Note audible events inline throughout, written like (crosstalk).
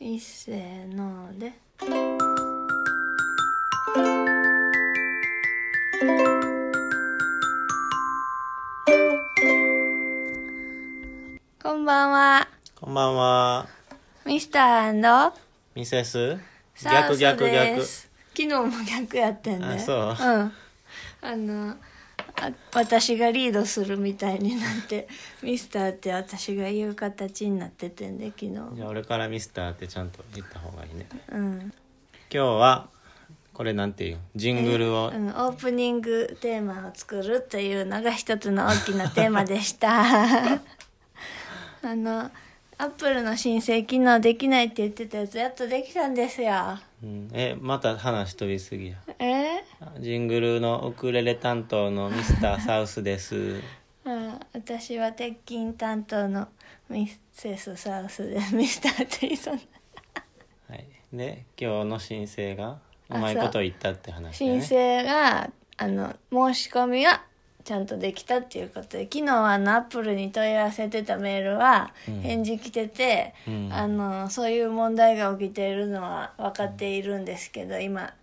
いっせのでこんばんはこんばんは。ミスターミセスサウ逆ス逆で逆。す昨日も逆やってんねあそうんあのあ私がリードするみたいになってミスターって私が言う形になっててんで昨日じゃあ俺からミスターってちゃんと言った方がいいね。うん今日は、これなんていうジングルをう。ん、オープニングテーマを作るというのが一つの大きなテーマでしたあのアップルの申請機能できないって言ってたやつやっとできたんですようんえ、また話飛びすぎや。えジングルのウクレレ担当のミスターサウ (laughs) スです。あ私は鉄筋担当のミセスサウスでミスターって言いそうなはい。で、今日の申請が、あうまいこと言ったって話だよ申ね。請があの申し込みはちゃんとできたっていうことで昨日はあのアップルに問い合わせてたメールはうん返事来てて、うんあのそういう問題が起きているのは分かっているんですけど今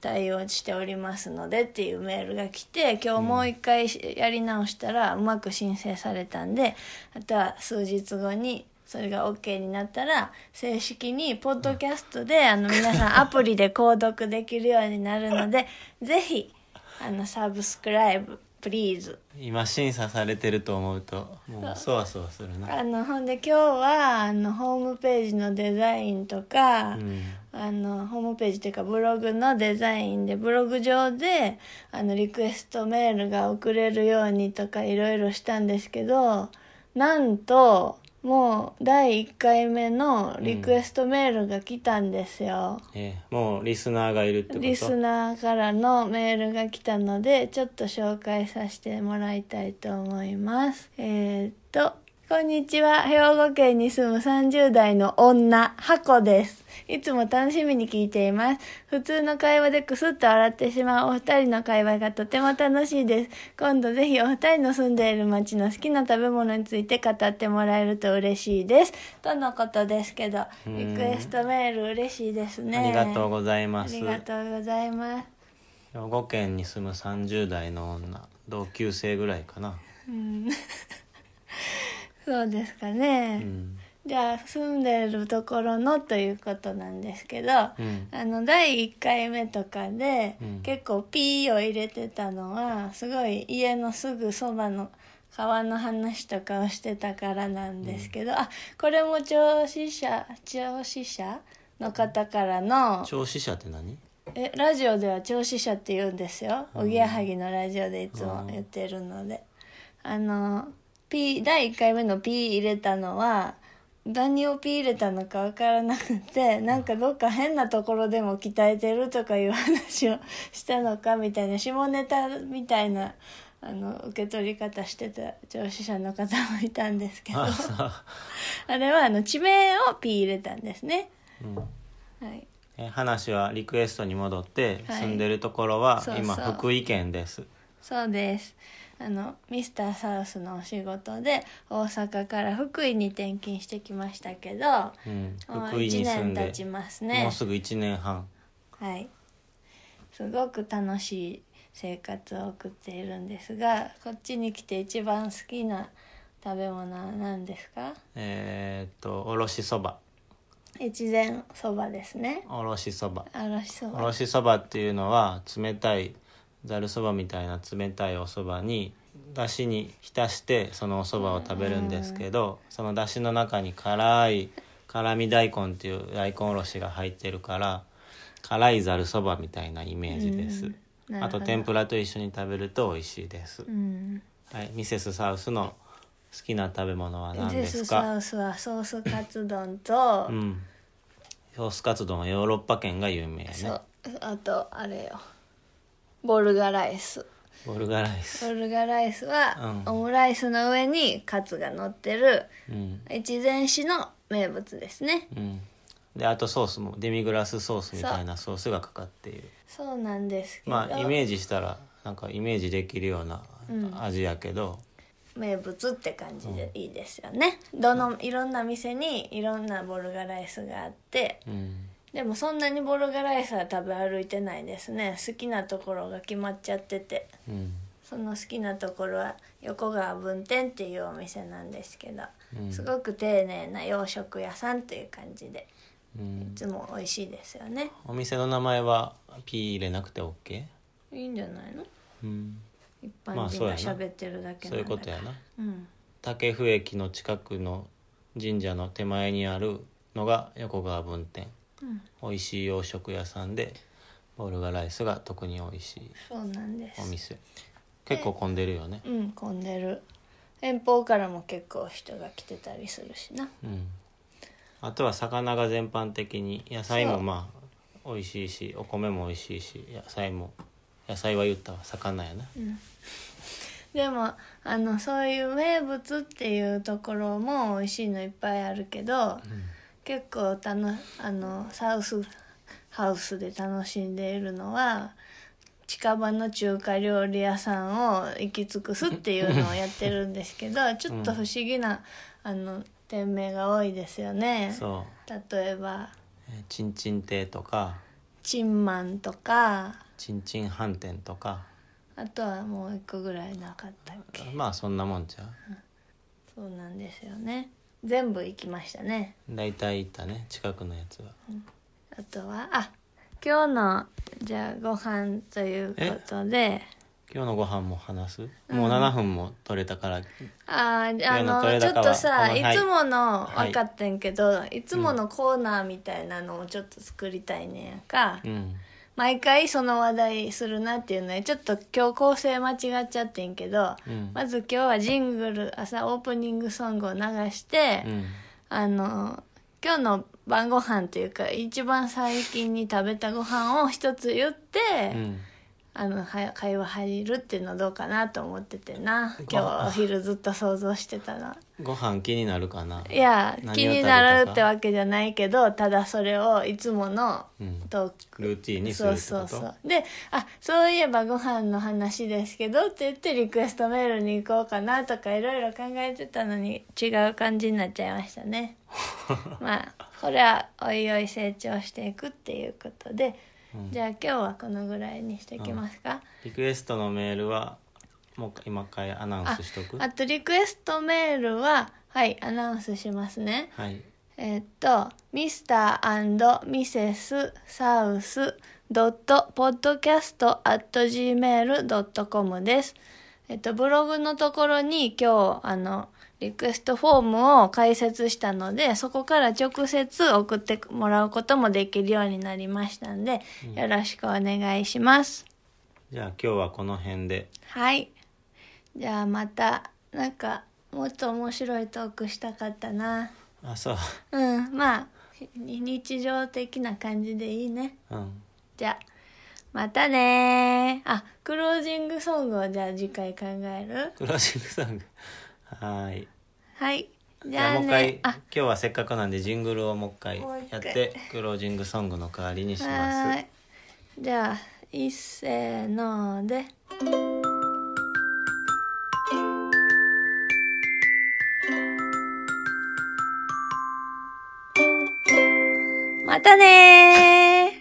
対応しておりますのでっていうメールが来て今日もう一回やり直したらうまく申請されたんであとは数日後にそれが OK になったら正式にポッドキャストであの皆 (laughs) さんアプリで購読できるようになるのでぜひあのサブスクライブプリーズ今審査されてると思うと、もうそわそわするな。あのほんで今日はあのホームページのデザインとか、うん。あのホームページというかブログのデザインでブログ上であのリクエストメールが送れるようにとかいろいろしたんですけどなんともう第1回目のリクエストメールが来たんですよ、えもうリスナーがいるってことリスナーからのメールが来たのでちょっと紹介させてもらいたいと思いますえー、っとこんにちは兵庫県に住む30代の女箱ですいつも楽しみに聞いています普通の会話でクスッと笑ってしまうお二人の会話がとても楽しいです今度ぜひお二人の住んでいる町の好きな食べ物について語ってもらえると嬉しいですとのことですけどうんリクエストメール嬉しいですねありがとうございます。ありがとうございます。兵庫県に住む30代の女同級生ぐらいかな、うん、そうですかうね。んじゃあ住んでるところのということなんですけど、うん、あの第1回目とかで、うん結構ピーを入れてたのはすごい家のすぐそばの川の話とかをしてたからなんですけど、あこれも聴取者聴取者の方からの聴取者って何えラジオでは聴取者って言うんですようんおぎやはぎのラジオでいつも言ってるので、あの P 第1回目の P 入れたのは何を P 入れたのか分からなくてなんかどっか変なところでも鍛えてるとかいう話をしたのかみたいな下ネタみたいなあの受け取り方してた聴取者の方もいたんですけど (laughs) ああそれはあの地名を P 入れたんですね。う、うん、はいえ話はリクエストに戻って、はい住んでるところはそうそう今福井県ですそうですあのミスターサウスのお仕事で大阪から福井に転勤してきましたけどうん、もう福井に住1ん年で経ちますねもうすぐ1年半はいすごく楽しい生活を送っているんですがこっちに来て一番好きな食べ物は何ですかえーっとおろしそば越前そばですねおろしそばあらしそおろばしそばっていうのは冷たいざるそばみたいな冷たいおそばにだしに浸してそのおそばを食べるんですけどそのだしの中に辛い辛味大根っていう大根おろしが入ってるから辛いざるそばみたいなイメージです、うんあと天ぷらと一緒に食べると美味しいです、うんはい、ミセスサウスの好きな食べ物は何ゼでスすサかウスはソースカツ丼と、うんソースカツ丼はヨーロッパ圏が有名やねそうあとあれよボルガライスボルガライスボルガライスはうんオムライスの上にカツが乗ってるうん越前市の名物ですねうん、であとソースもデミグラスソースみたいなソースがかかっているそうなんですけど、まあイメージしたらなんかイメージできるようなうん味やけど、名物って感じでいいですよね、どのいろんな店にいろんなボルガライスがあってうんでもそんなにボルガライスは食べ歩いてないですね好きなところが決まっちゃっててうんその好きなところは横川文店っていうお店なんですけど、うんすごく丁寧な洋食屋さんっていう感じでうんいつも美味しいですよねお店の名前は P 入れなくて OK? いいんじゃないのうん一般まあ人そうやがな喋ってるだけそなうだんいうからことやなうん武生駅の近くの神社の手前にあるのが横川分店うん美味しい洋食屋さんでボルガライスが特に美味しいそうなんでおす店結構混んでるよねうん混んでる遠方からも結構人が来てたりするしなうんあとは魚が全般的に野菜そもうまあ美味しいしお米も美味しいし野菜も野菜は言ったわ魚やなでもあのそういう名物っていうところも美味しいのいっぱいあるけど、結構たのあのサウスハウスで楽しんでいるのは近場の中華料理屋さんを行き尽くすっていうのをやってるんですけ (laughs) どちょっと不思議なあの店名が多いですよね。そう例えばえーチンチン亭とかチンマンとかチンチン飯店とかあとはもう一個ぐらいなかったっけまあそんなもんじゃうそうなんですよね全部行きましたね大体行ったね近くのやつはあとはあ今日のじゃあご飯ということで今日のご飯も話す、うんもう7分も取れたからあーあ今日の取のれちょ高っはとさこいのはいつものはい分かってんけど、い、つものコーナーみたいなのをちょっと作りたいねんやか、うん毎回その話題するなっていうのでちょっと今日構成間違っちゃってんけど、うんまず今日はジングル朝オープニングソングを流して、うんあの今日の晩ご飯というか一番最近に食べたご飯を一つ言って、うんあのは会話入るっていうのどうかなと思っててな今日お昼ずっと想像してたのご飯気になるかないや何を気になるってわけじゃないけどただそれをいつものうんトークルーティンにするそってうそうそことうで「あそういえばご飯の話ですけど」って言ってリクエストメールに行こうかなとかいろいろ考えてたのに違う感じになっちゃいました (laughs) ねまあこれはおいおい成長していくっていうことで、うんじゃあ今日はこのぐらいにしてきますか、リクエストのメールはもう一回今一回アナウンスしとくあとリクエストメールははいアナウンスしますねはいえっと、mr.mrs.south.podcast.gmail.com です。えっと、ブログのところに今日、あの、リクエストフォームを解説したので、そこから直接送ってもらうこともできるようになりましたんで、よろしくお願いします。じゃあ今日はこの辺ではい。じゃあまた、なんか、もっと面白いトークしたかったな。あそううんまあひ日常的な感じでいいねうんじゃあまたねーあクロージングソングをじゃあ次回考えるクロージングソングはーいはいじじゃゃああもう一回ねあ今日はせっかくなんでジングルをもう一回もう一やっ回てクロージングソングの代わりにしまはーすいじゃあいっせーのでまたねー